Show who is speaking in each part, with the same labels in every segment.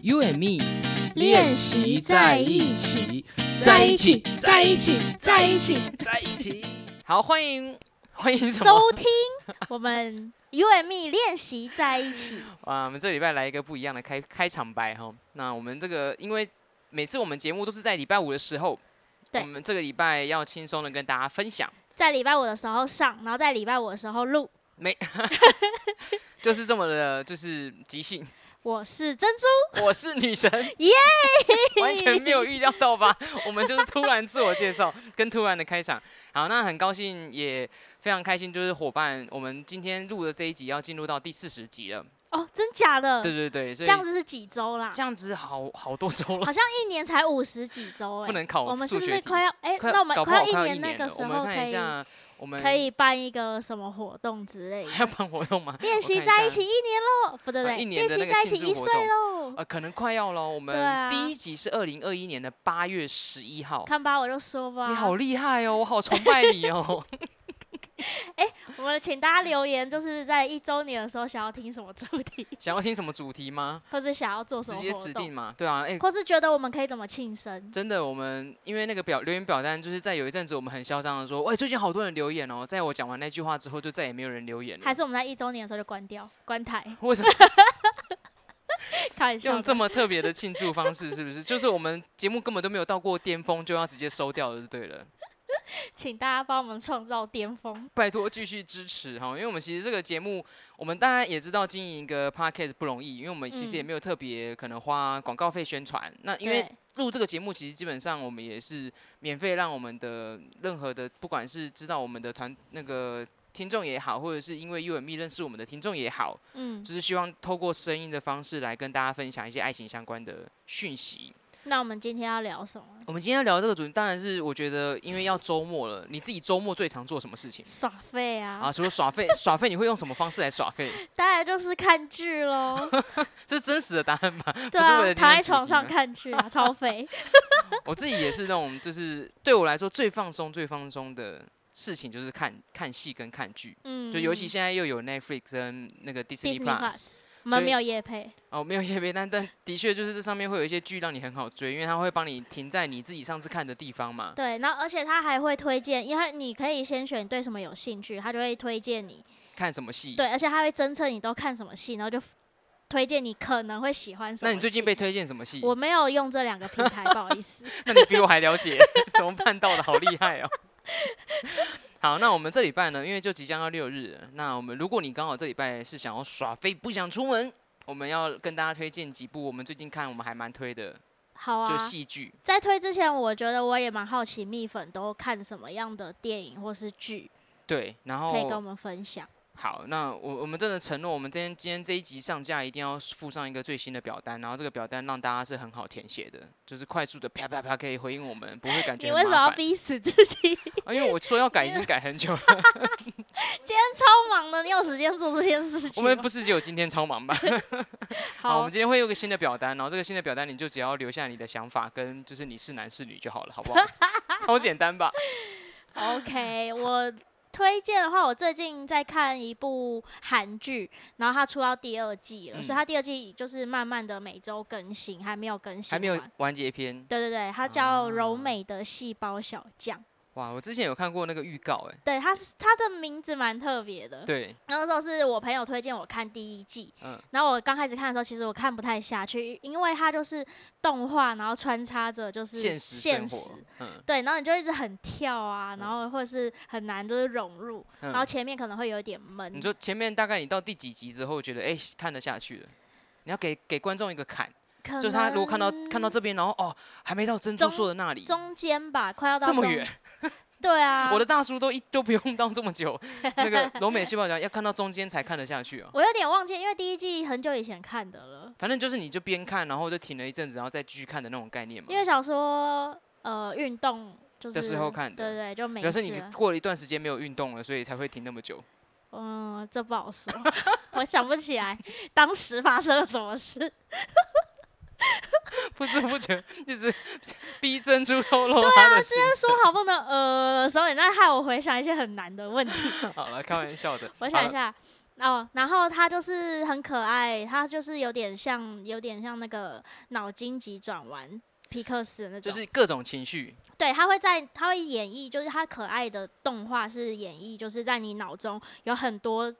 Speaker 1: You and me
Speaker 2: 练习在一
Speaker 1: 起，
Speaker 2: 在一起，在一起，在一起
Speaker 1: 在一起。好，欢迎 欢迎什么？
Speaker 2: 收听 我们 U M E 练习在一起。
Speaker 1: 啊，我们这礼拜来一个不一样的开开场白哈。那我们这个，因为每次我们节目都是在礼拜五的时候，
Speaker 2: 对
Speaker 1: 我们这个礼拜要轻松的跟大家分享，
Speaker 2: 在礼拜五的时候上，然后在礼拜五的时候录。
Speaker 1: 就是这么的，就是即兴。
Speaker 2: 我是珍 珠，
Speaker 1: 我是女神，
Speaker 2: 耶！
Speaker 1: 完全没有预料到吧？ 我们就是突然自我介绍， 跟突然的开场。好，那很高兴，也非常开心，就是伙伴，我们今天录的这一集要进入到第四十集了。
Speaker 2: 哦，真假的？
Speaker 1: 对对对，所
Speaker 2: 这
Speaker 1: 以
Speaker 2: 样子是几周啦？
Speaker 1: 这样子好好多周了，
Speaker 2: 好像一年才五十几周 哎、
Speaker 1: 不能考
Speaker 2: 我们是
Speaker 1: 哦数
Speaker 2: 不
Speaker 1: 学
Speaker 2: 是
Speaker 1: 题。
Speaker 2: 快要哎、
Speaker 1: 快
Speaker 2: 那我们
Speaker 1: 搞不
Speaker 2: 快
Speaker 1: 好
Speaker 2: 要一
Speaker 1: 快要
Speaker 2: 年那个
Speaker 1: 了
Speaker 2: 时
Speaker 1: 我们
Speaker 2: 候
Speaker 1: 看
Speaker 2: 可
Speaker 1: 一
Speaker 2: 以
Speaker 1: 下，我们
Speaker 2: 可以办一个什么活动之类
Speaker 1: 还要
Speaker 2: 的，
Speaker 1: 办活动吗？
Speaker 2: 练
Speaker 1: 我
Speaker 2: 习
Speaker 1: 看
Speaker 2: 在一
Speaker 1: 下
Speaker 2: 起一年喽，不对
Speaker 1: 啊
Speaker 2: 不
Speaker 1: 一
Speaker 2: 对，
Speaker 1: 年
Speaker 2: 练
Speaker 1: 的
Speaker 2: 习
Speaker 1: 那个
Speaker 2: 在一起
Speaker 1: 庆祝
Speaker 2: 一
Speaker 1: 活
Speaker 2: 岁
Speaker 1: 动
Speaker 2: 喽。
Speaker 1: 呃，可能快要了。我们
Speaker 2: 啊
Speaker 1: 第一集是二零二一年的八月十一号。
Speaker 2: 看吧，我就说吧，
Speaker 1: 你好厉害哦，我好崇拜你哦。
Speaker 2: 我们请大家留言，就是在一周年的时候想要听什么主题，
Speaker 1: 想要听什么主题吗？
Speaker 2: 或是想要做什
Speaker 1: 直
Speaker 2: 么
Speaker 1: 接
Speaker 2: 活
Speaker 1: 指
Speaker 2: 动
Speaker 1: 定，嘛，对啊，哎、
Speaker 2: 或是觉得我们可以怎么庆生。
Speaker 1: 真的，我们因为那个表留言表单，就是在有一阵子我们很嚣张的说，喂，最近好多人留言哦，在我讲完那句话之后，就再也没有人留言了
Speaker 2: 还。是我们在一周年的时候就关掉 关台，
Speaker 1: 为什么
Speaker 2: 开玩 笑
Speaker 1: 用
Speaker 2: 的。
Speaker 1: 这么特别的庆祝方式？是不是就是我们节目根本都没有到过巅峰，就要直接收掉了，就对了。
Speaker 2: 请大家帮我们创造巅峰。
Speaker 1: 拜托继续支持哈，因为我们其实这个节目，我们大家也知道经营一个 podcast 不容易，因为我们其实也
Speaker 2: 嗯
Speaker 1: 没有特别可能花广告费宣传。那因为
Speaker 2: 对
Speaker 1: 录这个节目，其实基本上我们也是免费让我们的任何的，不管是知道我们的团那个听众也好，或者是因为 U M E 认识我们的听众也好，
Speaker 2: 嗯，
Speaker 1: 就是希望透过声音的方式来跟大家分享一些爱情相关的讯息。
Speaker 2: 那我们今天要聊什么？
Speaker 1: 我们今天要聊这个主题，当然是我觉得因为要周末了，你自己周末最常做什么事情？
Speaker 2: 耍废啊！
Speaker 1: 啊，除了耍废，耍废你会用什么方式来耍废？
Speaker 2: 当然就是看 剧喽。
Speaker 1: 这是真实的答案吧？
Speaker 2: 对
Speaker 1: 为
Speaker 2: 啊，
Speaker 1: 了今天
Speaker 2: 躺在
Speaker 1: 主
Speaker 2: 床
Speaker 1: 题
Speaker 2: 上
Speaker 1: 吗
Speaker 2: 看剧啊， 超废。
Speaker 1: 我自己也是那种，就是对我来说最放松、最放松的事情就是看看戏跟看剧。
Speaker 2: 嗯，
Speaker 1: 就尤其现在又有 Netflix 跟那个 Disney
Speaker 2: Disney
Speaker 1: Plus，
Speaker 2: Plus，我们
Speaker 1: 所以
Speaker 2: 没有夜配，
Speaker 1: 哦，没有页面，但但的确就是这上面会有一些剧让你很好追，因为它会帮你停在你自己上次看的地方嘛。
Speaker 2: 对，然后而且他还会推荐，因为你可以先选对什么有兴趣，他就会推荐你。
Speaker 1: 看什么戏？。
Speaker 2: 对，而且他会侦测你都看什么戏，然后就 f- 推荐你可能会喜欢什么戏。
Speaker 1: 那你最近被推荐什么戏？
Speaker 2: 我没有用这两个平台，不好意 思。
Speaker 1: 那你比我还了解， 怎么办到的？好厉害哦！ 好，那我们这礼拜呢，因为就即将要六日了，那我们如果你刚好这礼拜是想要耍飞，不想出门，我们要跟大家推荐几部我们最近看我们还蛮推的，
Speaker 2: 好啊
Speaker 1: 就，戏剧。
Speaker 2: 在推之前，我觉得我也蛮好奇蜜粉都看什么样的电影或是剧，
Speaker 1: 对，然
Speaker 2: 可以跟我
Speaker 1: 后
Speaker 2: 们分享。
Speaker 1: 好，那我我们真的承诺，我们今天今天这一集上架一定要附上一个最新的表单，然后这个表单让大家是很好填写的，就是快速的啪啪啪可以回应我们，不会感觉
Speaker 2: 你
Speaker 1: 很
Speaker 2: 为什么
Speaker 1: 麻
Speaker 2: 要
Speaker 1: 烦。
Speaker 2: 逼死自己？
Speaker 1: 啊因为我说要改已经改很久了，
Speaker 2: 今天超忙的，你有时间做这件事
Speaker 1: 我
Speaker 2: 情吗？哦
Speaker 1: 们不是只有今天超忙 吧？好，我
Speaker 2: 好
Speaker 1: 们，今天会有个新的表单，然后这个新的表单你就只要留下你的想法跟就是你是男是女就好了，好 不好？超简单吧？
Speaker 2: OK，我推荐的话，我最近在看一部韩剧，然后它出到第二季了，
Speaker 1: 嗯
Speaker 2: 所以它第二季就是慢慢的每周更新，还没有更新
Speaker 1: 还没有
Speaker 2: 完
Speaker 1: 完结篇
Speaker 2: 对对对，它叫《柔
Speaker 1: 啊
Speaker 2: 美的细胞小将》
Speaker 1: 哇！我之前有看过那个预告、哎，
Speaker 2: 对，它是它的名字蛮特别的。
Speaker 1: 对，
Speaker 2: 那时候是我朋友推荐我看第一季，
Speaker 1: 嗯
Speaker 2: 然后我刚开始看的时候，其实我看不太下去，因为它就是动画，然后穿插着就是
Speaker 1: 现实生
Speaker 2: 现
Speaker 1: 活
Speaker 2: 实，，
Speaker 1: 嗯
Speaker 2: 对，然后你就一直很跳啊，然后或者是很难就是融入，然后
Speaker 1: 嗯。
Speaker 2: 前面可能会有一点闷。
Speaker 1: 你说前面大概你到第几集之后觉得哎、看得下去了，你要给给观众一个坎，
Speaker 2: 可
Speaker 1: 就是他如果看到看到
Speaker 2: 能
Speaker 1: 这边，然后哦还没到珍珠
Speaker 2: 中
Speaker 1: 说的那里。
Speaker 2: 中间吧，快要到
Speaker 1: 这么
Speaker 2: 中
Speaker 1: 远，，
Speaker 2: 对啊，
Speaker 1: 我的大叔都一都不用到这么 久，那个柔美细胞讲要看到中间才看得下去哦。
Speaker 2: 我有点忘记，因为第一季很久以前看的了，
Speaker 1: 反正就是你就边看，然后就停了一阵子，然后再继续看的那种概念嘛。
Speaker 2: 因为想说呃运动就是
Speaker 1: 的时候看的
Speaker 2: 对对，就没
Speaker 1: 表示
Speaker 2: 事啊
Speaker 1: 你
Speaker 2: 了。
Speaker 1: 过了一段时间没有运动了，所以才会停那么久。
Speaker 2: 嗯，这不好说， 我想不起来当时发生了什么事。
Speaker 1: 不知不觉一直 逼珍珠透露
Speaker 2: 啊
Speaker 1: 他的心
Speaker 2: 说好不能呃的时候，你那害我回想一些很难的问题。
Speaker 1: 声。好了，开玩笑的。
Speaker 2: 我
Speaker 1: 好
Speaker 2: 想
Speaker 1: 了
Speaker 2: 一，下，哦，然后他就是很可爱，他就是有点像，有点像那个脑筋急转弯皮克斯的那种，
Speaker 1: 就是各种情绪，
Speaker 2: 对，他会在他会演绎，就是他可爱的动画是演绎，就是在你脑中有很多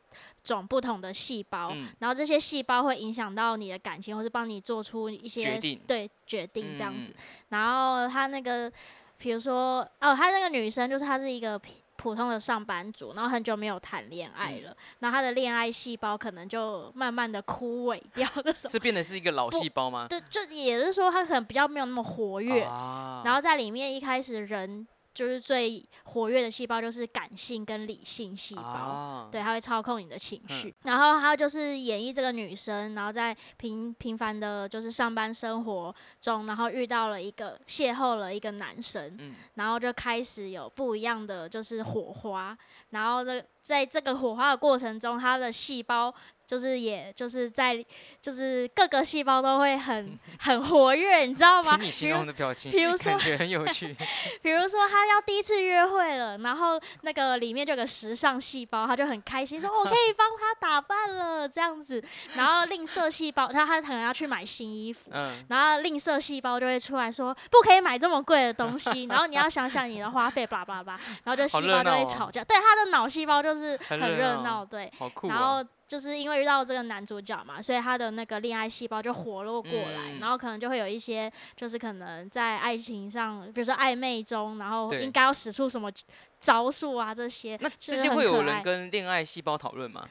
Speaker 2: 种不同的细胞，
Speaker 1: 嗯
Speaker 2: 然后这些细胞会影响到你的感情，或是帮你做出一些
Speaker 1: 决定
Speaker 2: 对决定这样
Speaker 1: 嗯
Speaker 2: 子。然后他那个，比如说哦，他那个女生就是她是一个普普通的上班族，然后很久没有谈恋爱
Speaker 1: 嗯
Speaker 2: 了，然后她的恋爱细胞可能就慢慢的枯萎掉那种，
Speaker 1: 这变得是一个老细胞吗？
Speaker 2: 对，就也是说她可能比较没有那么活跃，
Speaker 1: 啊
Speaker 2: 然后在里面一开始人就是最活跃的细胞就是感性跟理性细胞。
Speaker 1: 啊，
Speaker 2: 对，它会操控你的情绪。然后还有就是演绎这个女生，然后在平平凡的就是上班生活中，然后遇到了一个邂逅了一个男生，
Speaker 1: 嗯，
Speaker 2: 然后就开始有不一样的就是火花。然后呢，在这个火花的过程中，她的细胞。就是，也就是在，就是各个细胞都会很很活跃，你知道吗？
Speaker 1: 听你
Speaker 2: 比
Speaker 1: 形
Speaker 2: 如
Speaker 1: 容的表情
Speaker 2: 比如，
Speaker 1: 感
Speaker 2: 说
Speaker 1: 觉很有 趣
Speaker 2: 比如说他要第一次约会了，然后那个里面就有个时尚细胞，他就很 开心，说我可以帮他打扮了这样子。然后吝啬细胞，然后他可能要去买新衣服。
Speaker 1: 嗯，
Speaker 2: 然后吝啬细胞就会出来说，不可以买这么贵的东西。然后你要想想你的花费，叭叭叭。然后就
Speaker 1: 好
Speaker 2: 细
Speaker 1: 热
Speaker 2: 胞就
Speaker 1: 闹
Speaker 2: 会
Speaker 1: 哦
Speaker 2: 吵架。对，他的脑细胞就是
Speaker 1: 很
Speaker 2: 很
Speaker 1: 热
Speaker 2: 热
Speaker 1: 闹
Speaker 2: 闹，对。
Speaker 1: 好酷
Speaker 2: 然
Speaker 1: 哦。
Speaker 2: 后就是因为遇到这个男主角嘛，所以他的那个恋爱细胞就活络过来，
Speaker 1: 嗯
Speaker 2: 然后可能就会有一些，就是可能在爱情上，比如说暧昧中，然后
Speaker 1: 对
Speaker 2: 应该要使出什么招数啊这些。
Speaker 1: 那
Speaker 2: 就
Speaker 1: 这
Speaker 2: 是
Speaker 1: 些
Speaker 2: 很
Speaker 1: 会
Speaker 2: 可
Speaker 1: 有人
Speaker 2: 爱
Speaker 1: 跟恋爱细胞讨论吗？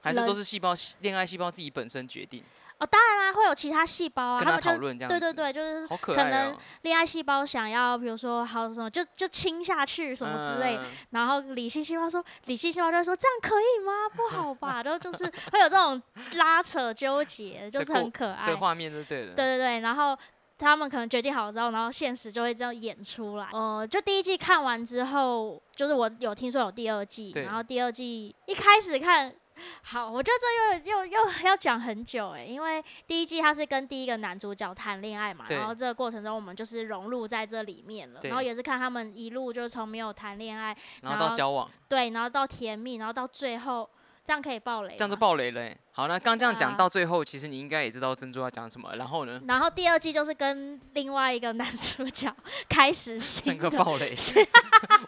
Speaker 1: 还是都
Speaker 2: 人
Speaker 1: 是细胞恋爱细胞自己本身决定，
Speaker 2: 哦，当然啦、会有其他细胞啊，
Speaker 1: 跟
Speaker 2: 他
Speaker 1: 他
Speaker 2: 们
Speaker 1: 讨
Speaker 2: 就
Speaker 1: 论这样子？
Speaker 2: 对对，对，就是
Speaker 1: 好可
Speaker 2: 可
Speaker 1: 爱
Speaker 2: 能
Speaker 1: 哦。
Speaker 2: 恋爱细胞想要，比如说好什么，就就亲下去什么之类，
Speaker 1: 嗯
Speaker 2: 然后理性细胞说，理性细胞就会说这样可以吗？不好吧？ 然后就是会有这种拉扯纠结，就
Speaker 1: 的
Speaker 2: 是
Speaker 1: 过
Speaker 2: 很可爱。
Speaker 1: 对画面就对了。
Speaker 2: 哎对对对，然后他们可能决定好之后，然后现实就会这样演出来。呃，就第一季看完之后，就是我有听说有第二季，
Speaker 1: 对
Speaker 2: 然后第二季一开始看。好，我觉得这又又又要讲很久哎、因为第一季他是跟第一个男主角谈恋爱嘛，
Speaker 1: 对
Speaker 2: 然后这个过程中我们就是融入在这里面了，
Speaker 1: 对
Speaker 2: 然后也是看他们一路就是从没有谈恋爱，
Speaker 1: 然后到
Speaker 2: 然后哎
Speaker 1: 交往，
Speaker 2: 对，然后到甜蜜，然后到最后，这样可以爆雷吗，
Speaker 1: 这样就爆雷了欸。好，那刚这样讲
Speaker 2: 啊
Speaker 1: 到最后，其实你应该也知道珍珠要讲什么了。然后呢，
Speaker 2: 然后第二季就是跟另外一个男主角 开始
Speaker 1: 整
Speaker 2: 新
Speaker 1: 个
Speaker 2: 的，啊
Speaker 1: 爆雷，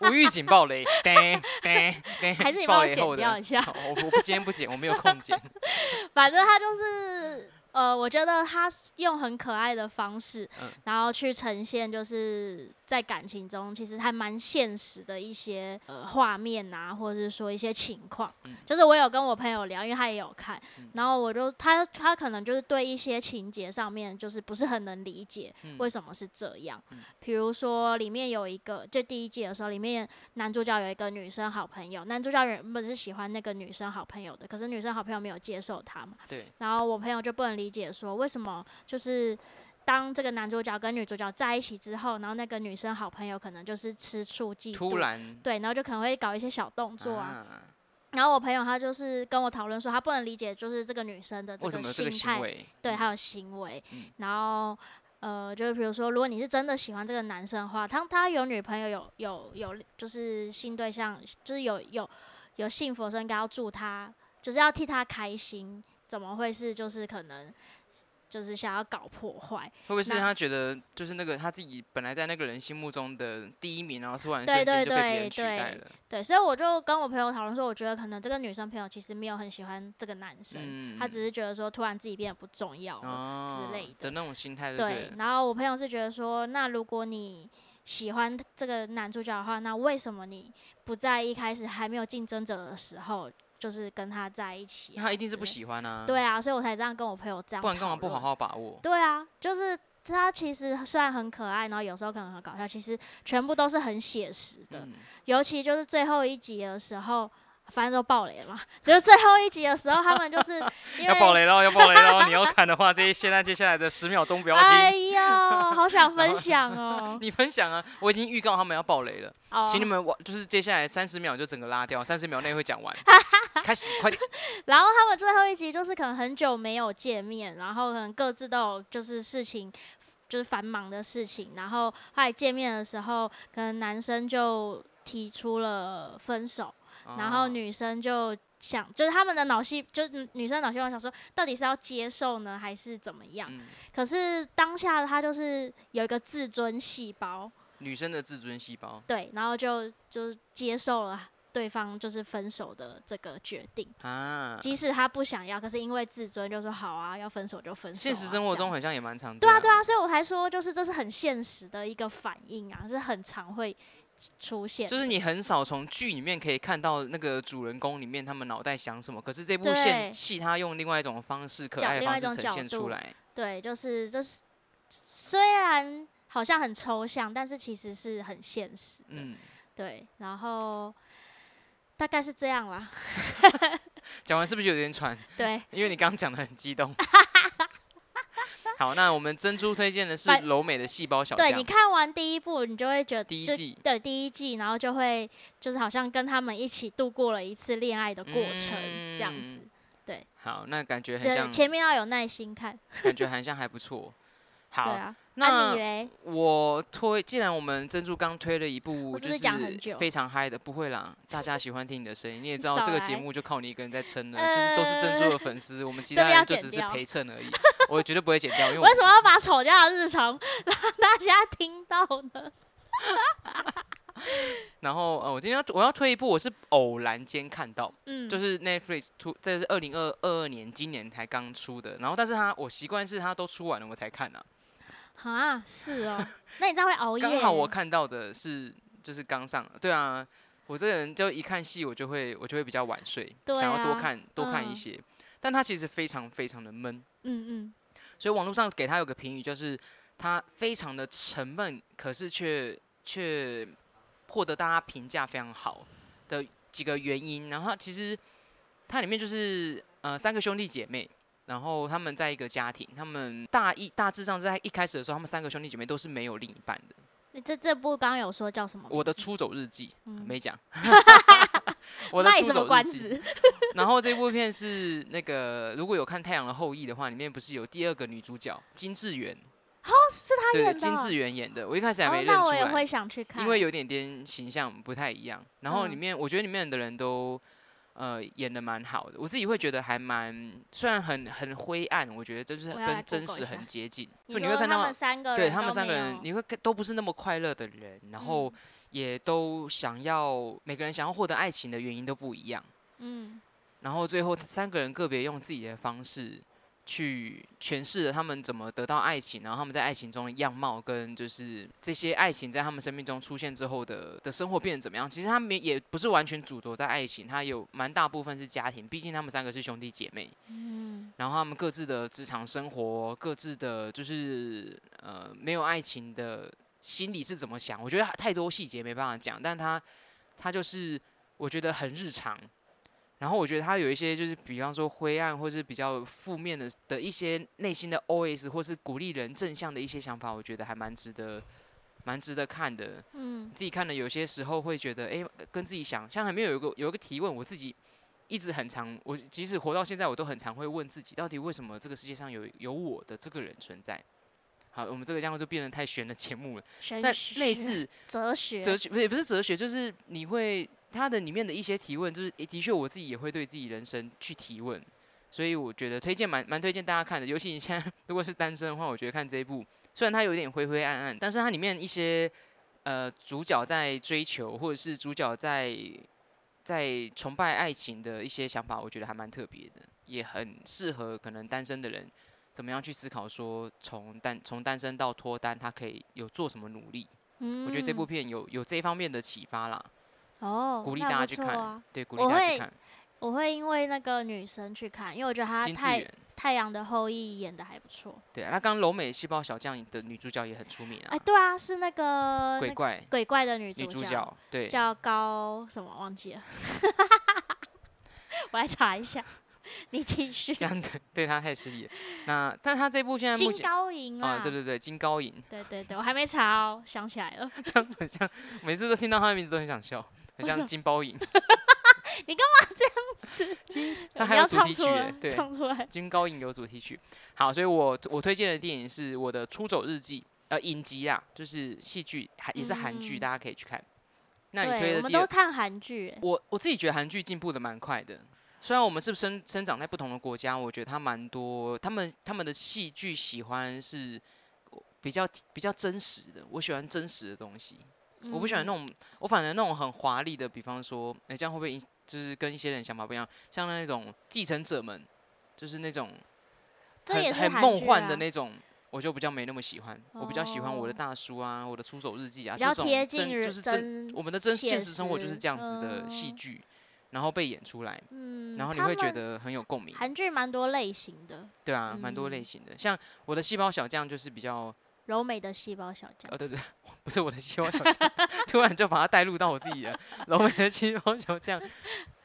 Speaker 1: 无预警爆雷，噔噔噔，
Speaker 2: 还是你帮
Speaker 1: 爆
Speaker 2: 我
Speaker 1: 雷
Speaker 2: 剪
Speaker 1: 后的
Speaker 2: 掉一下
Speaker 1: 好我我不今天不剪，我没有空 剪。
Speaker 2: 反正他就是呃，我觉得他是用很可爱的方式，
Speaker 1: 嗯
Speaker 2: 然后去呈现就是在感情中其实还蛮现实的一些呃画面啊，或者是说一些情况。
Speaker 1: 嗯
Speaker 2: 就是我有跟我朋友聊，因为他也有看，
Speaker 1: 嗯
Speaker 2: 然后我就他他可能就是对一些情节上面就是不是很能理解，
Speaker 1: 嗯
Speaker 2: 为什么是这样
Speaker 1: 嗯？
Speaker 2: 比如说，里面有一个，就第一季的时候，里面男主角有一个女生好朋友，男主角原本是喜欢那个女生好朋友的，可是女生好朋友没有接受他嘛。
Speaker 1: 对，
Speaker 2: 然后我朋友就不能理解说，为什么就是当这个男主角跟女主角在一起之后，然后那个女生好朋友可能就是吃醋嫉妒，
Speaker 1: 突然
Speaker 2: 对，然后就可能会搞一些小动作啊。，然后我朋友他就是跟我讨论说，他不能理解就是这个女生的这
Speaker 1: 为什
Speaker 2: 个
Speaker 1: 么有这个
Speaker 2: 心
Speaker 1: 行
Speaker 2: 态，
Speaker 1: 为？
Speaker 2: 对，
Speaker 1: 嗯
Speaker 2: 还有行为，
Speaker 1: 嗯
Speaker 2: 然后呃，就是比如说，如果你是真的喜欢这个男生的话，他他有女朋友，有有有，就是新对象，就是有有有幸福的时候，应该要祝他，就是要替他开心，怎么会是就是可能就是想要搞破坏？
Speaker 1: 会不会是
Speaker 2: 那
Speaker 1: 他觉得就是那个他自己本来在那个人心目中的第一名，然后突然
Speaker 2: 对
Speaker 1: 瞬间
Speaker 2: 对
Speaker 1: 就被别
Speaker 2: 对
Speaker 1: 人取
Speaker 2: 对
Speaker 1: 代了？
Speaker 2: 对，所以我就跟我朋友讨论说，我觉得可能这个女生朋友其实没有很喜欢这个男生，
Speaker 1: 嗯
Speaker 2: 她只是觉得说突然自己变得不重要了。
Speaker 1: 哦
Speaker 2: 类
Speaker 1: 的那种心态，
Speaker 2: 对
Speaker 1: 对，了，
Speaker 2: 然后我朋友是觉得说，那如果你喜欢这个男主角的话，那为什么你不在一开始还没有竞争者的时候，就是跟他在一起啊、
Speaker 1: 他一定是不
Speaker 2: 之类
Speaker 1: 喜欢啊，
Speaker 2: 对，啊，所以我才这样跟我朋友这样。
Speaker 1: 不然干嘛不好？好把握？
Speaker 2: 对啊，就是他其实虽然很可爱，然后有时候可能很搞笑，其实全部都是很写实的。
Speaker 1: 嗯，！
Speaker 2: 尤其就是最后一集的时候，反正都爆雷了嘛。就是最后一集的时候，他们就是因为
Speaker 3: 要爆雷喽，要爆雷喽！你要看的话，这一现在接下来的十秒钟不 要
Speaker 2: 哎
Speaker 3: 听。
Speaker 2: 呦，好想分享哦
Speaker 1: 你分享啊，我已经预告他们要爆雷了，
Speaker 2: 哦
Speaker 1: 请你们我就是接下来三十秒就整个拉掉，三十秒内会讲 完，开始快点，
Speaker 2: 然后他们最后一集就是可能很久没有见面，然后可能各自都有就是事情，就是繁忙的事情。然后后来见面的时候， 可能男生就提出了分手，然后
Speaker 1: 哦
Speaker 2: 女生就想，就是他们的脑细，就是女生的脑细胞想说，到底是要接受呢，还是怎么样？
Speaker 1: 嗯，
Speaker 2: 可是当下她就是有一个自尊细胞，
Speaker 1: 女生的自尊细胞
Speaker 2: 对，然后就就接受了对方就是分手的这个决定，
Speaker 1: 啊，
Speaker 2: 即使她不想要，可是因为自尊就说好啊，要分手就分手啊、
Speaker 1: 现实生活
Speaker 2: 这
Speaker 1: 中
Speaker 2: 样
Speaker 1: 好像也蛮常这
Speaker 2: 对啊，
Speaker 1: 样。
Speaker 2: 对啊，所以我才说，就是这是很现实的一个反应啊，是很常会出现的。
Speaker 1: 就是你很少从剧里面可以看到那个主人公里面他们脑袋想什么，可是这部
Speaker 2: 对
Speaker 1: 线戏他用另外一种方式、可
Speaker 2: 角
Speaker 1: 爱的
Speaker 2: 另
Speaker 1: 方
Speaker 2: 外一种
Speaker 1: 式呈现
Speaker 2: 角
Speaker 1: 出
Speaker 2: 度
Speaker 1: 来。
Speaker 2: 对，就是这是虽然好像很抽象，但是其实是很现实的。
Speaker 1: 嗯，
Speaker 2: 对，然后大概是这样 啦。
Speaker 1: 讲完是不是有点喘？
Speaker 2: 对，
Speaker 1: 因为你刚刚讲的很激 动。好，那我们珍珠推荐的是
Speaker 2: 买
Speaker 1: 柔美的细胞小
Speaker 2: 对
Speaker 1: 将，
Speaker 2: 你看完第一部，你就会觉得
Speaker 1: 第一
Speaker 2: 就
Speaker 1: 季
Speaker 2: 对第一季，然后就会就是好像跟他们一起度过了一次恋爱的过程、
Speaker 1: 嗯
Speaker 2: 这样子。
Speaker 1: 好，那感觉很
Speaker 2: 对，
Speaker 1: 像，
Speaker 2: 前面要有耐心看。
Speaker 1: 感觉很像还不 错。
Speaker 2: 对
Speaker 1: 好，
Speaker 2: 啊，啊、
Speaker 1: 那
Speaker 2: 你嘞？
Speaker 1: 我推，既然我们珍珠刚推了一部
Speaker 2: 我是
Speaker 1: 就
Speaker 2: 不是讲很
Speaker 1: 是
Speaker 2: 久
Speaker 1: 非常嗨的，不会啦，大家喜欢听你的声音，你也知道
Speaker 2: 少
Speaker 1: 这个
Speaker 2: 来呃
Speaker 1: 节目就靠你一个人在撑了，就是都是珍珠的粉丝， 我们其
Speaker 2: 这
Speaker 1: 他
Speaker 2: 边要
Speaker 1: 人就
Speaker 2: 剪
Speaker 1: 只是
Speaker 2: 掉
Speaker 1: 陪衬 而已，我绝对不会剪掉，因为我
Speaker 2: 为什么要把吵架的日常 让大家听到呢？
Speaker 1: 然后呃，我今天要我要推一部，我是偶然间看到，
Speaker 2: 嗯，
Speaker 1: 就是 Netflix 出，这是二零二二二年今年才刚出的，然后但是它我习惯是它都出完了我才看啊，
Speaker 2: 啊，是哦。那你这样会熬夜？欸
Speaker 1: 刚好我看到的是就是刚上，对啊，我这个人就一看戏我就会我就会比较晚睡，
Speaker 2: 对
Speaker 1: 想要多
Speaker 2: 啊
Speaker 1: 看多看一
Speaker 2: 嗯
Speaker 1: 些，但它其实非常非常的闷，
Speaker 2: 嗯嗯，
Speaker 1: 所以网络上给它有个评语就是它非常的沉闷，可是却却获得大家评价非常好的几个原因，然后它其实它里面就是呃三个兄弟姐妹。然后他们在一个家庭，他们大一大致上在一开始的时候，他们三个兄弟姐妹都是没有另一半的。
Speaker 2: 你这这部刚刚有说叫什么名字？
Speaker 1: 我的出走日记、
Speaker 2: 哦嗯
Speaker 1: 没 讲，我的
Speaker 2: 卖
Speaker 1: 出
Speaker 2: 什么
Speaker 1: 走日
Speaker 2: 关
Speaker 1: 记。
Speaker 2: 子？
Speaker 1: 然后这部片是那个，如果有看《太阳的后裔》的话，里面不是有第二个女主角金智媛？哦，是她
Speaker 2: 演的
Speaker 1: 对，金
Speaker 2: 哦
Speaker 1: 智媛演的。我一开始还
Speaker 2: 哦
Speaker 1: 没，认
Speaker 2: 那
Speaker 1: 出
Speaker 2: 我也会
Speaker 1: 来，
Speaker 2: 想去看，
Speaker 1: 因为有点点形象不太一样。然后里
Speaker 2: 嗯
Speaker 1: 面、我觉得里面的人都。呃，演的蛮好的，我自己会觉得还蛮，虽然很很灰暗，我觉得就是
Speaker 2: 我要来
Speaker 1: 跟真
Speaker 2: Google
Speaker 1: 实
Speaker 2: 一下
Speaker 1: 很接近。就你
Speaker 2: 你
Speaker 1: 会
Speaker 2: 说
Speaker 1: 看
Speaker 2: 他
Speaker 1: 到
Speaker 2: 们三个人，
Speaker 1: 对他们三个人，，你会看都不是那么快乐的人，然后
Speaker 2: 嗯
Speaker 1: 也都想要每个人想要获得爱情的原因都不一样，
Speaker 2: 嗯
Speaker 1: 然后最后三个人个别用自己的方式去诠释了他们怎么得到爱情，然后他们在爱情中的样貌跟就是这些爱情在他们生命中出现之后的的生活变得怎么样。其实他们也不是完全主轴在爱情，他有蛮大部分是家庭，毕竟他们三个是兄弟姐妹。
Speaker 2: 嗯
Speaker 1: 然后他们各自的职场生活，各自的就是呃没有爱情的心里是怎么想，我觉得太多细节没办法讲，但他他就是我觉得很日常。然后我觉得他有一些就是，比方说灰暗或是比较负面的的一些内心的 OS，或是鼓励人正向的一些想法，我觉得还蛮值得，蛮值得看的。
Speaker 2: 嗯
Speaker 1: 自己看了，有些时候会觉得，哎、跟自己想，像还没有有一个有一个提问，我自己一直很常，我即使活到现在，我都很常会问自己，到底为什么这个世界上有有我的这个人存在？好，我们这个这样就变得太玄的节目了。
Speaker 2: 玄
Speaker 1: 但
Speaker 2: 学
Speaker 1: 类似
Speaker 2: 哲学，
Speaker 1: 哲学，不是也不是哲学，就是你会它的里面的一些提问，就是诶的确我自己也会对自己人生去提问，所以我觉得推荐蛮蛮推荐大家看的。尤其你现在 如果是单身的话，我觉得看这一部，虽然它有点灰灰暗暗，但是它里面一些呃主角在追求或者是主角在在崇拜爱情的一些想法，我觉得还蛮特别的，也很适合可能单身的人。怎么样去思考说从单从单身到脱单，他可以有做什么努力？
Speaker 2: 嗯，
Speaker 1: 我觉得这部片有有这方面的启发啦，
Speaker 2: 哦，
Speaker 1: 鼓励
Speaker 2: 那
Speaker 1: 大家
Speaker 2: 不
Speaker 1: 去
Speaker 2: 错
Speaker 1: 看
Speaker 2: 啊
Speaker 1: 对，鼓
Speaker 2: 我
Speaker 1: 励大家
Speaker 2: 会
Speaker 1: 去看
Speaker 2: 我会因为那个女生去看，因为我觉得她
Speaker 1: 金智
Speaker 2: 太《
Speaker 1: 媛。
Speaker 2: 太阳的后裔》演的还不错。
Speaker 1: 对，那刚刚柔美细胞小将的女主角也很出名啊
Speaker 2: 哎，，对啊，是那个
Speaker 1: 鬼
Speaker 2: 那
Speaker 1: 怪
Speaker 2: 鬼怪的女
Speaker 1: 女
Speaker 2: 主
Speaker 1: 主角，对，
Speaker 2: 叫高什么忘记了， 我来查一下。你继续，
Speaker 1: 这样对对她太失礼了。那但她这部现在目
Speaker 2: 金
Speaker 1: 前
Speaker 2: 高银
Speaker 1: 啊、
Speaker 2: 啊，
Speaker 1: 对对对，金高银，
Speaker 2: 对对对我还没查哦，想起来 了，
Speaker 1: 很像每次都听到她的名字都很想笑，很
Speaker 2: 为什
Speaker 1: 像
Speaker 2: 么
Speaker 1: 金包银，
Speaker 2: 是
Speaker 1: 那
Speaker 2: 你
Speaker 1: 还有
Speaker 2: 要
Speaker 1: 主
Speaker 2: 唱
Speaker 1: 题
Speaker 2: 出
Speaker 1: 曲
Speaker 2: 来
Speaker 1: 耶，对
Speaker 2: 唱出来，
Speaker 1: 金高银有主题曲。好，所以我我推荐的电影是我的《出走日记》，呃，影集啊，就是戏剧，还也是韩剧，
Speaker 2: 嗯
Speaker 1: 大家 可以去看。那你推
Speaker 2: 对，
Speaker 1: 的
Speaker 2: 我们
Speaker 1: 第二
Speaker 2: 都看韩剧耶，
Speaker 1: 我我自己觉得韩剧进步的蛮快的，虽然我们是生生长在不同的国家，我觉得他蛮多，他们他们的戏剧喜欢是比较比较真实的，我喜欢真实的东西，我不喜欢那
Speaker 2: 嗯
Speaker 1: 种，我反而那种很华丽的，比方说，哎、这样会不会影就是跟一些人想法不一样？像那种继承者们，就是那种
Speaker 2: 这
Speaker 1: 很
Speaker 2: 也是
Speaker 1: 很
Speaker 2: 韩
Speaker 1: 梦
Speaker 2: 剧
Speaker 1: 幻
Speaker 2: 啊
Speaker 1: 的那种，我就比较没那么喜欢。我比较喜欢我的
Speaker 2: 哦
Speaker 1: 大叔啊，我的出手日记啊，
Speaker 2: 比较
Speaker 1: 这种
Speaker 2: 贴
Speaker 1: 真
Speaker 2: 近人
Speaker 1: 就是真
Speaker 2: 真
Speaker 1: 我们的真现实生活就是
Speaker 2: 嗯实
Speaker 1: 这样子的戏
Speaker 2: 嗯
Speaker 1: 剧，然后被演出来，
Speaker 2: 嗯，
Speaker 1: 然后你
Speaker 2: 他
Speaker 1: 会觉
Speaker 2: 们
Speaker 1: 得很有共鸣。
Speaker 2: 韩剧蛮多类型的，
Speaker 1: 对啊，蛮多类
Speaker 2: 嗯
Speaker 1: 型的，像我的细胞小将就是比较，
Speaker 2: 柔美的细胞小将
Speaker 1: 呃，对对， 不是我的细胞小将， 突然就把它带入到我自己的柔美的细胞小将，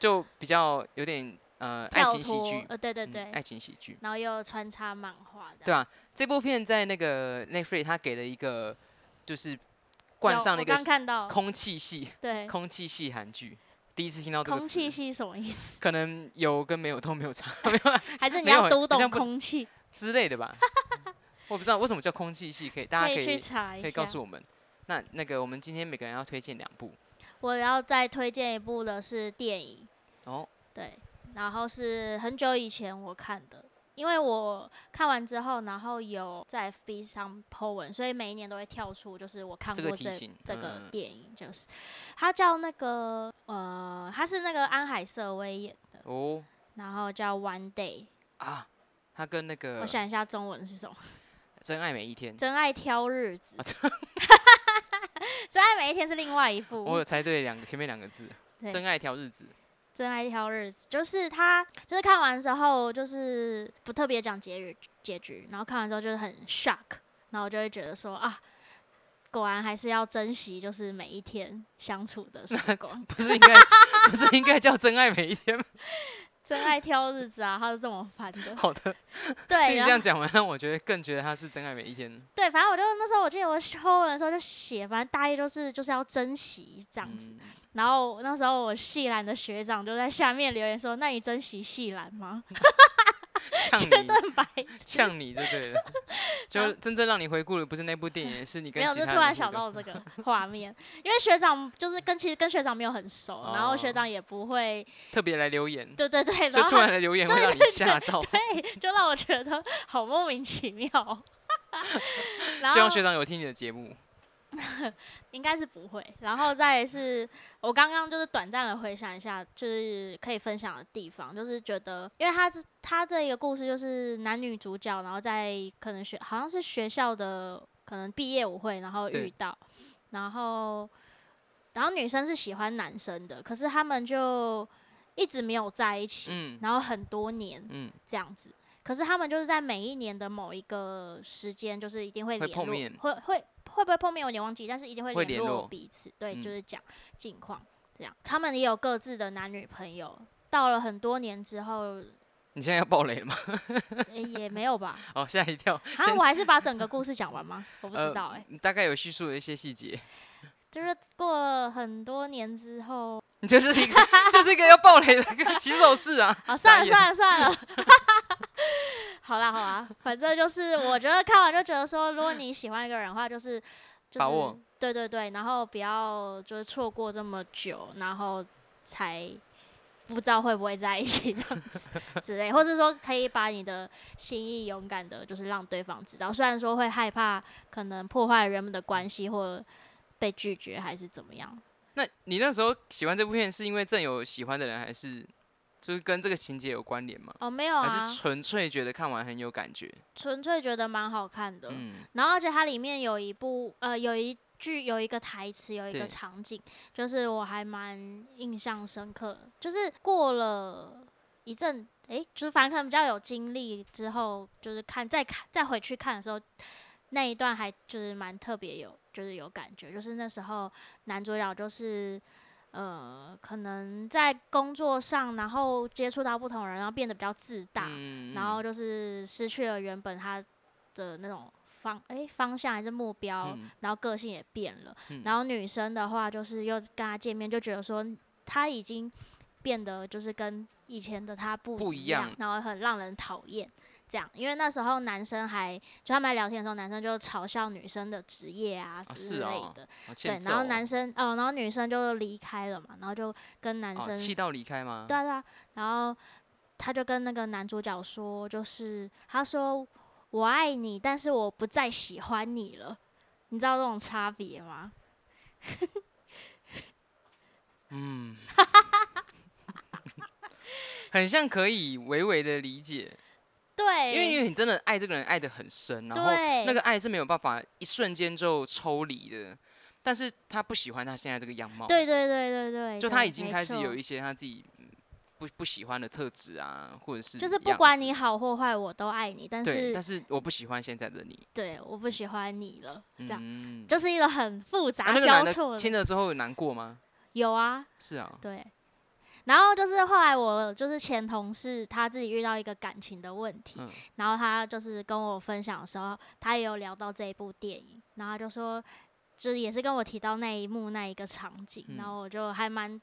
Speaker 1: 就比较有点呃爱
Speaker 2: 跳
Speaker 1: 情喜
Speaker 2: 脱
Speaker 1: 剧，，
Speaker 2: 呃，对对
Speaker 1: 嗯
Speaker 2: 对，
Speaker 1: 爱情喜剧。
Speaker 2: 然后又穿插漫画的，
Speaker 1: 对啊，这部片在那个 Netflix 它给了一个就是冠
Speaker 2: 有
Speaker 1: 上了
Speaker 2: 我
Speaker 1: 一个
Speaker 2: 刚看到，
Speaker 1: 空气系
Speaker 2: 对，
Speaker 1: 空气系韩剧，第一次听到这个
Speaker 2: 空气
Speaker 1: 词，
Speaker 2: 系什么意思？
Speaker 1: 可能有跟没有都没有差
Speaker 2: 还是你
Speaker 1: 没有
Speaker 2: 要
Speaker 1: 好
Speaker 2: 读懂
Speaker 1: 像不
Speaker 2: 空气？
Speaker 1: 之类的 吧。我不知道为什么叫空气系，可以大家可
Speaker 2: 以去
Speaker 1: 以
Speaker 2: 查一
Speaker 1: 可以
Speaker 2: 下
Speaker 1: 告。诉我们。那那个我们今天每个人要推荐两部
Speaker 2: 我要再推荐一部的是电影，
Speaker 1: 哦，
Speaker 2: 对，然后是很久以前我看的，因为我看完之后，然后有在 FB 上 po 文，所以每一年都会跳出，就是我看
Speaker 1: 这个
Speaker 2: 过
Speaker 1: 提
Speaker 2: 这
Speaker 1: 醒
Speaker 2: 这
Speaker 1: 嗯
Speaker 2: 个电影，就是它叫那个呃，它是那个安海瑟薇演的，
Speaker 1: 哦
Speaker 2: 然后叫 One Day，
Speaker 1: 啊，他跟那个
Speaker 2: 我
Speaker 1: 《
Speaker 2: 想一下中文是什么，
Speaker 1: 真爱每一天》，
Speaker 2: 真爱挑日子
Speaker 1: 啊。
Speaker 2: 真爱每一天是另外一部，
Speaker 1: 我有猜对两个前面两个字，
Speaker 2: 对
Speaker 1: 《真爱挑日子》
Speaker 2: 真爱挑日子，就是他，就是看完之后，就是不特别讲结局，结局，然后看完之后就是很 shock，然后我就会觉得说啊，果然还是要珍惜，就是每一天相处的时 光。
Speaker 1: 不是应该不是应该叫《真爱每一天》吗？
Speaker 2: 真爱挑日子啊，他是这么 翻的。
Speaker 1: 好的，
Speaker 2: 对，
Speaker 1: 你这
Speaker 2: 然
Speaker 1: 样
Speaker 2: 后
Speaker 1: 讲完，让我觉得更觉得他是《真爱每一天》。
Speaker 2: 对，反正我就那时候我记得我抽文的时候就写，反正大意就是就是要珍惜这样子。
Speaker 1: 嗯
Speaker 2: 然后那时候我系篮的学长就在下面留言说：“那你珍惜系篮吗
Speaker 1: 呛你，？”
Speaker 2: 白痴
Speaker 1: 呛你就对 了。就真正让你回顾的不是那部电影，是你跟
Speaker 2: 没有，
Speaker 1: 其
Speaker 2: 就
Speaker 1: 他
Speaker 2: 突
Speaker 1: 人
Speaker 2: 然
Speaker 1: 互
Speaker 2: 想
Speaker 1: 动
Speaker 2: 到这个画面，因为学长就是跟其实跟学长没有很熟，然后学
Speaker 1: 哦
Speaker 2: 长也不会，
Speaker 1: 特别来留言，
Speaker 2: 对对对，
Speaker 1: 所以
Speaker 2: 然后
Speaker 1: 突
Speaker 2: 他
Speaker 1: 然的留言会让你吓到。
Speaker 2: 对，就让我觉得好莫名其妙。 然
Speaker 1: 希望
Speaker 2: 后
Speaker 1: 学长有听你的节目，
Speaker 2: 应该是不会，然后再来是我刚刚就是短暂的回想一下，就是可以分享的地方，就是觉得，因为他是他这一个故事就是男女主角，然后在可能学好像是学校的可能毕业舞会，然后
Speaker 1: 对
Speaker 2: 遇到，然后然后女生是喜欢男生的，可是他们就一直没有在一起，
Speaker 1: 嗯
Speaker 2: 然后很多年
Speaker 1: 嗯，
Speaker 2: 这样子。可是他们就是在每一年的某一个时间，就是一定会
Speaker 1: 会
Speaker 2: 联络，
Speaker 1: 碰面
Speaker 2: 会会会不会碰面，我有点忘记，但是一定会
Speaker 1: 会
Speaker 2: 联
Speaker 1: 联
Speaker 2: 络
Speaker 1: 络
Speaker 2: 彼此，对，
Speaker 1: 嗯
Speaker 2: 就是讲近况这样。他们也有各自的男女朋友，到了很多年之后，
Speaker 1: 你现在要爆雷了吗？
Speaker 2: 诶也没有吧？
Speaker 1: 哦，吓一跳。
Speaker 2: 啊，
Speaker 1: 先
Speaker 2: 我还是把整个故事讲完吗？我不知
Speaker 1: 呃
Speaker 2: 道、诶，
Speaker 1: 你大概有叙述了一些细节，
Speaker 2: 就是过了很多年之后，
Speaker 1: 你就是一个 就是一个要爆雷的一个起手式啊。
Speaker 2: 啊，算了
Speaker 1: 傻
Speaker 2: 算了算了， 好啦好啦，反正就是我觉得看完就觉得说，如果你喜欢一个人的话，就是就是
Speaker 1: 把握
Speaker 2: 对对对，然后不要就是错过这么久，然后才不知道会不会在一起 这样子之类，或是说可以把你的心意勇敢的，就是让对方知道，虽然说会害怕可能破坏人们的关系或被拒绝还是怎么样，
Speaker 1: 那你那时候喜欢这部片，是因为正有喜欢的人，还是就是跟这个情节有关联吗？
Speaker 2: 哦没有
Speaker 1: 还
Speaker 2: 啊
Speaker 1: 是，纯粹觉得看完很有感觉？
Speaker 2: 纯粹觉得蛮好看的，
Speaker 1: 嗯，
Speaker 2: 然后而且它里面有一部呃有一句有一个台词有一
Speaker 1: 对
Speaker 2: 个场景，就是我还蛮印象深刻，就是过了一阵，诶，就是反正可能比较有经历之后，就是看再看再回去看的时候，那一段还就是蛮特别有就是有感觉，就是那时候男主角就是。呃，可能在工作上，然后接触到不同人，然后变得比较自大，
Speaker 1: 嗯
Speaker 2: 然后就是失去了原本他的那种方哎、方向还是目标，
Speaker 1: 嗯
Speaker 2: 然后个性也变了。
Speaker 1: 嗯
Speaker 2: 然后女生的话，就是又跟他见面，就觉得说他已经变得就是跟以前的他不
Speaker 1: 不一
Speaker 2: 一样，
Speaker 1: 样
Speaker 2: 然后很让人讨厌这样，因为那时候男生还就他们在聊天的时候，男生就嘲笑女生的职业啊之
Speaker 1: 是
Speaker 2: 类
Speaker 1: 哦
Speaker 2: 的，
Speaker 1: 哦欠
Speaker 2: 对，然后
Speaker 1: 揍
Speaker 2: 男生哦，然后女生就离开了嘛，然后就跟男
Speaker 1: 哦
Speaker 2: 生
Speaker 1: 气到离开吗？
Speaker 2: 对啊对啊，然后他就跟那个男主角说，就是他说我爱你，但是我不再喜欢你了，你知道这种差别吗？
Speaker 1: 嗯，很像可以微微的理解，因为
Speaker 2: 对，
Speaker 1: 因为你真的爱这个人爱的很深，然后
Speaker 2: 对，
Speaker 1: 那个爱是没有办法一瞬间就抽离的，但是他不喜欢他现在这个样貌，
Speaker 2: 对对对对对，
Speaker 1: 就
Speaker 2: 对
Speaker 1: 他已经
Speaker 2: 没
Speaker 1: 开始有
Speaker 2: 错
Speaker 1: 一些他自己嗯不不喜欢的特质啊，或者是
Speaker 2: 就是不
Speaker 1: 样
Speaker 2: 管
Speaker 1: 子
Speaker 2: 你好或坏，我都爱你，但
Speaker 1: 对，
Speaker 2: 是
Speaker 1: 但是我不喜欢现在的你，
Speaker 2: 对我不喜欢你了，这样、
Speaker 1: 嗯，
Speaker 2: 就是一个很复
Speaker 1: 啊
Speaker 2: 杂
Speaker 1: 那个男
Speaker 2: 交
Speaker 1: 的
Speaker 2: 错的，
Speaker 1: 听了之后有难过吗？
Speaker 2: 有啊，
Speaker 1: 是啊，
Speaker 2: 对。然后就是后来我就是前同事他自己遇到一个感情的问题，
Speaker 1: 嗯，
Speaker 2: 然后他就是跟我分享的时候，他也有聊到这一部电影，然后他就说，就是也是跟我提到那一幕那一个场景，
Speaker 1: 嗯
Speaker 2: 然后我就还蛮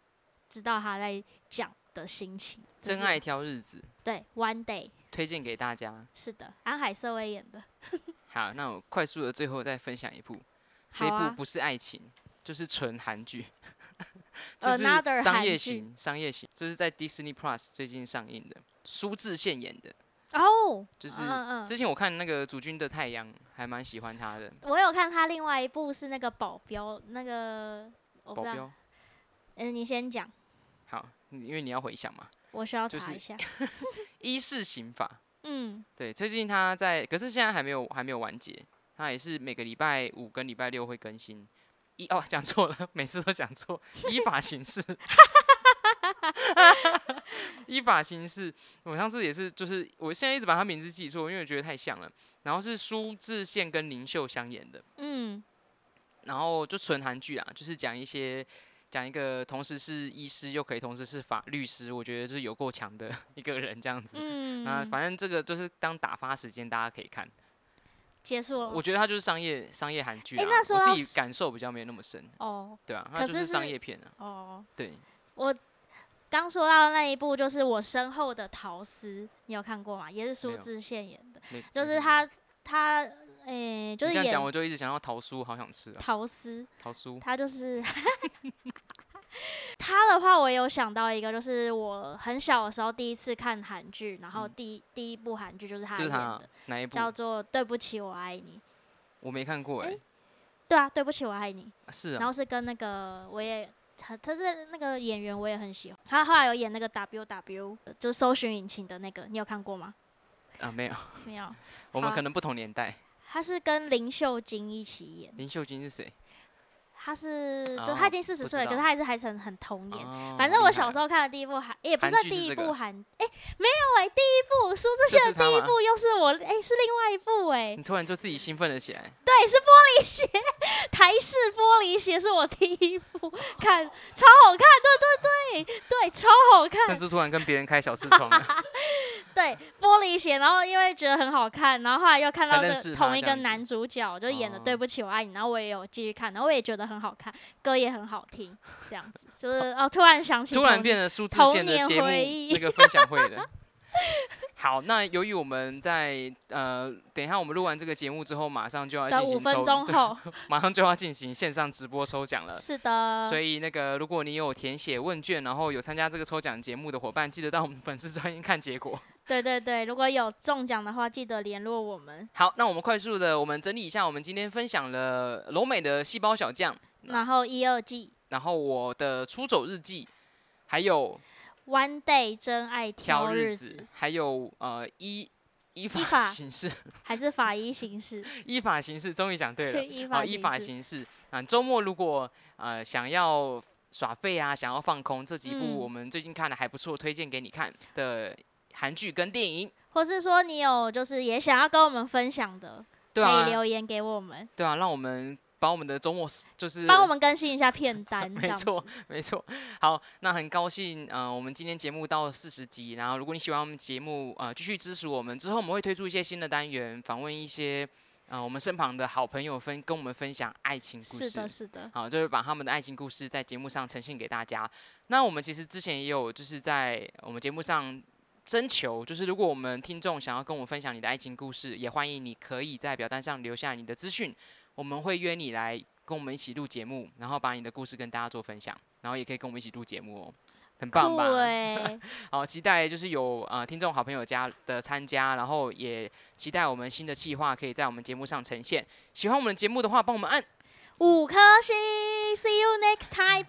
Speaker 2: 知道他在讲的心情。就
Speaker 1: 真
Speaker 2: 是
Speaker 1: 爱挑日子，
Speaker 2: 对，One Day
Speaker 1: 推荐给大家。
Speaker 2: 是的，安海瑟薇演的，
Speaker 1: 好，那我快速的最后再分享一部，这
Speaker 2: 好
Speaker 1: 一部
Speaker 2: 啊，
Speaker 1: 不是爱情，就是纯韩剧，就是
Speaker 2: Another
Speaker 1: 商业
Speaker 2: 韩剧
Speaker 1: 型，商业型，就是在 Disney Plus 最近上映的，苏志燮演的。
Speaker 2: 哦，
Speaker 1: 就是
Speaker 2: 嗯嗯嗯，
Speaker 1: 之前我看那个《主君的太阳》，还蛮喜欢他的。
Speaker 2: 我有看他另外一部是那个保镖，那个我不
Speaker 1: 保
Speaker 2: 知道，
Speaker 1: 镖，
Speaker 2: 嗯，你先讲，
Speaker 1: 好，你因为你要回想嘛，
Speaker 2: 我需要
Speaker 1: 就
Speaker 2: 查
Speaker 1: 是
Speaker 2: 一下，
Speaker 1: 一世刑法，
Speaker 2: 嗯，
Speaker 1: 对，最近他在，可是现在还没有还没有完结，他也是每个礼拜五跟礼拜六会更新。依哦，讲错了，每次都讲错，依法行事。 依法行事，我上次也是，就是我现在一直把他名字记错，因为我觉得太像了。然后是苏志燮跟林秀香演的，
Speaker 2: 嗯，
Speaker 1: 然后就纯韩剧啊，就是讲一些讲一个同时是医师又可以同时是法律师，我觉得是有够强的 一个人这样子。
Speaker 2: 嗯，
Speaker 1: 啊，反正这个就是当打发时间，大家可以看。
Speaker 2: 结束了吗
Speaker 1: 我，觉得它就是商业商业韩剧啊，
Speaker 2: 哦诶那时候
Speaker 1: 我
Speaker 2: 要
Speaker 1: 自己
Speaker 2: 是
Speaker 1: 感受比较没有那么深，
Speaker 2: 哦
Speaker 1: 对啊，它
Speaker 2: 可
Speaker 1: 就是商
Speaker 2: 是
Speaker 1: 业片啊，
Speaker 2: 哦。
Speaker 1: 对，
Speaker 2: 我刚说到那一部，就是我身后的桃丝，你有看过吗？也是
Speaker 1: 没
Speaker 2: 苏
Speaker 1: 有
Speaker 2: 志燮演的，
Speaker 1: 没嗯
Speaker 2: 就是，他他诶、就
Speaker 1: 没看过你这
Speaker 2: 是
Speaker 1: 样讲
Speaker 2: 演
Speaker 1: 我就一直想要桃酥，好想吃啊，
Speaker 2: 桃丝，
Speaker 1: 桃酥，
Speaker 2: 他就是 他的话，我有想到一个，就是我很小的时候第一次看韩剧，然后
Speaker 1: 嗯
Speaker 2: 第、第一部韩剧就是他
Speaker 1: 这
Speaker 2: 演
Speaker 1: 是
Speaker 2: 的，
Speaker 1: 他啊哪一部？
Speaker 2: 叫做《对不起我爱你》。
Speaker 1: 我没看过哎，
Speaker 2: 对啊，对不起，我爱你。
Speaker 1: 啊是
Speaker 2: 然
Speaker 1: 啊，
Speaker 2: 后是跟那个我也他他是那个演员我也很喜欢，他后来有演那个 W W 就是搜寻引擎的那个，你有看过吗？
Speaker 1: 啊没有，
Speaker 2: 没有，
Speaker 1: 我们
Speaker 2: 好
Speaker 1: 可能不同年代。
Speaker 2: 他是跟林秀晶一起演，
Speaker 1: 林秀晶是谁？
Speaker 2: 他是
Speaker 1: 哦
Speaker 2: 就他已经四十
Speaker 1: 不
Speaker 2: 岁了，
Speaker 1: 知
Speaker 2: 可是
Speaker 1: 道
Speaker 2: 他还是还是很很童颜。
Speaker 1: 哦
Speaker 2: 反正我小时
Speaker 1: 候
Speaker 2: 候看的第一部韩，也不
Speaker 1: 韩
Speaker 2: 算
Speaker 1: 剧
Speaker 2: 第
Speaker 1: 是
Speaker 2: 一
Speaker 1: 这个
Speaker 2: 部韩，哎、没有哎、第一部苏志
Speaker 1: 就
Speaker 2: 燮
Speaker 1: 是
Speaker 2: 的
Speaker 1: 他
Speaker 2: 第一
Speaker 1: 吗
Speaker 2: 部又是我，哎、是另外一部哎、
Speaker 1: 啊 你突然就自己兴奋了起来，
Speaker 2: 对，是玻璃鞋，台式玻璃鞋是我第一部 看，超好看，对对对对，超好 看，
Speaker 1: 甚至突然跟别人开小视窗了，
Speaker 2: 对，玻璃鞋，然后因为觉得很好看，然后后来又看
Speaker 1: 才
Speaker 2: 到
Speaker 1: 认
Speaker 2: 这
Speaker 1: 识
Speaker 2: 同
Speaker 1: 他
Speaker 2: 一
Speaker 1: 这
Speaker 2: 个
Speaker 1: 样子
Speaker 2: 男主角，就演的《对
Speaker 1: 哦
Speaker 2: 不起我爱你》，然后我也有继续看，然后我也觉得很好看，歌也很好听，这样子就是哦，突然想起
Speaker 1: 突
Speaker 2: 同
Speaker 1: 然
Speaker 2: 一
Speaker 1: 变成苏志
Speaker 2: 童
Speaker 1: 燮的
Speaker 2: 年
Speaker 1: 节目
Speaker 2: 回忆
Speaker 1: 那个分享会了。好，那由于我们在呃，等一下我们录完这个节目之后，马上就要
Speaker 2: 的
Speaker 1: 进行
Speaker 2: 五分
Speaker 1: 抽
Speaker 2: 钟
Speaker 1: 对
Speaker 2: 后，
Speaker 1: 马上就要进行线上直播抽奖了。
Speaker 2: 是的，
Speaker 1: 所以那个，如果你有填写问卷，然后有参加这个抽奖节目的伙伴，记得到我们粉丝专页看结果。
Speaker 2: 对对对，如果有中奖的话，记得联络我们，
Speaker 1: 好，那我们快速的，我们整理一下，我们今天分享了柔美的细胞小将，
Speaker 2: 然后一二季
Speaker 1: 然后我的出走日记，还有
Speaker 2: ，One Day 真爱
Speaker 1: 挑
Speaker 2: 挑
Speaker 1: 日
Speaker 2: 子，
Speaker 1: 子，还有呃依依法
Speaker 2: 法
Speaker 1: 行事，
Speaker 2: 还是法医刑事，
Speaker 1: 依法行事，终于讲 对了。
Speaker 2: 依
Speaker 1: 好，
Speaker 2: 法
Speaker 1: 依法
Speaker 2: 事，
Speaker 1: 行事啊。周末如果呃想要耍废啊，想要放空，这几部
Speaker 2: 嗯
Speaker 1: 我们最近看的还不错，推荐给你看的韩剧跟电影。
Speaker 2: 或是说你有就是也想要跟我们分享的，
Speaker 1: 对
Speaker 2: 可以
Speaker 1: 啊，
Speaker 2: 留言给我们。
Speaker 1: 对啊，让我们把我们的周末是就是
Speaker 2: 帮我们更新一下片单，这
Speaker 1: 没
Speaker 2: 样子
Speaker 1: 错，，没错。好，那很高兴，呃，我们今天节目到四十集，然后如果你喜欢我们节目，呃，继续支持我们，之后我们会推出一些新的单元，访问一些呃我们身旁的好朋友分跟我们分享爱情故事。
Speaker 2: 是的，是的，
Speaker 1: 好，就是把他们的爱情故事在节目上呈现给大家。那我们其实之前也有就是在我们节目上征求，就是如果我们听众想要跟我们分享你的爱情故事，也欢迎你可以在表单上留下你的资讯，我们会约你来跟我们一起录节目，然后把你的故事跟大家做分享，然后也可以跟我们一起录节目哦，很棒
Speaker 2: 酷
Speaker 1: 吧？
Speaker 2: 哎、
Speaker 1: 好，期待就是有呃听众好朋友家的参加，然后也期待我们新的企划可以在我们节目上呈现。喜欢我们的节目的话，帮我们按
Speaker 2: 五颗星，See you next time，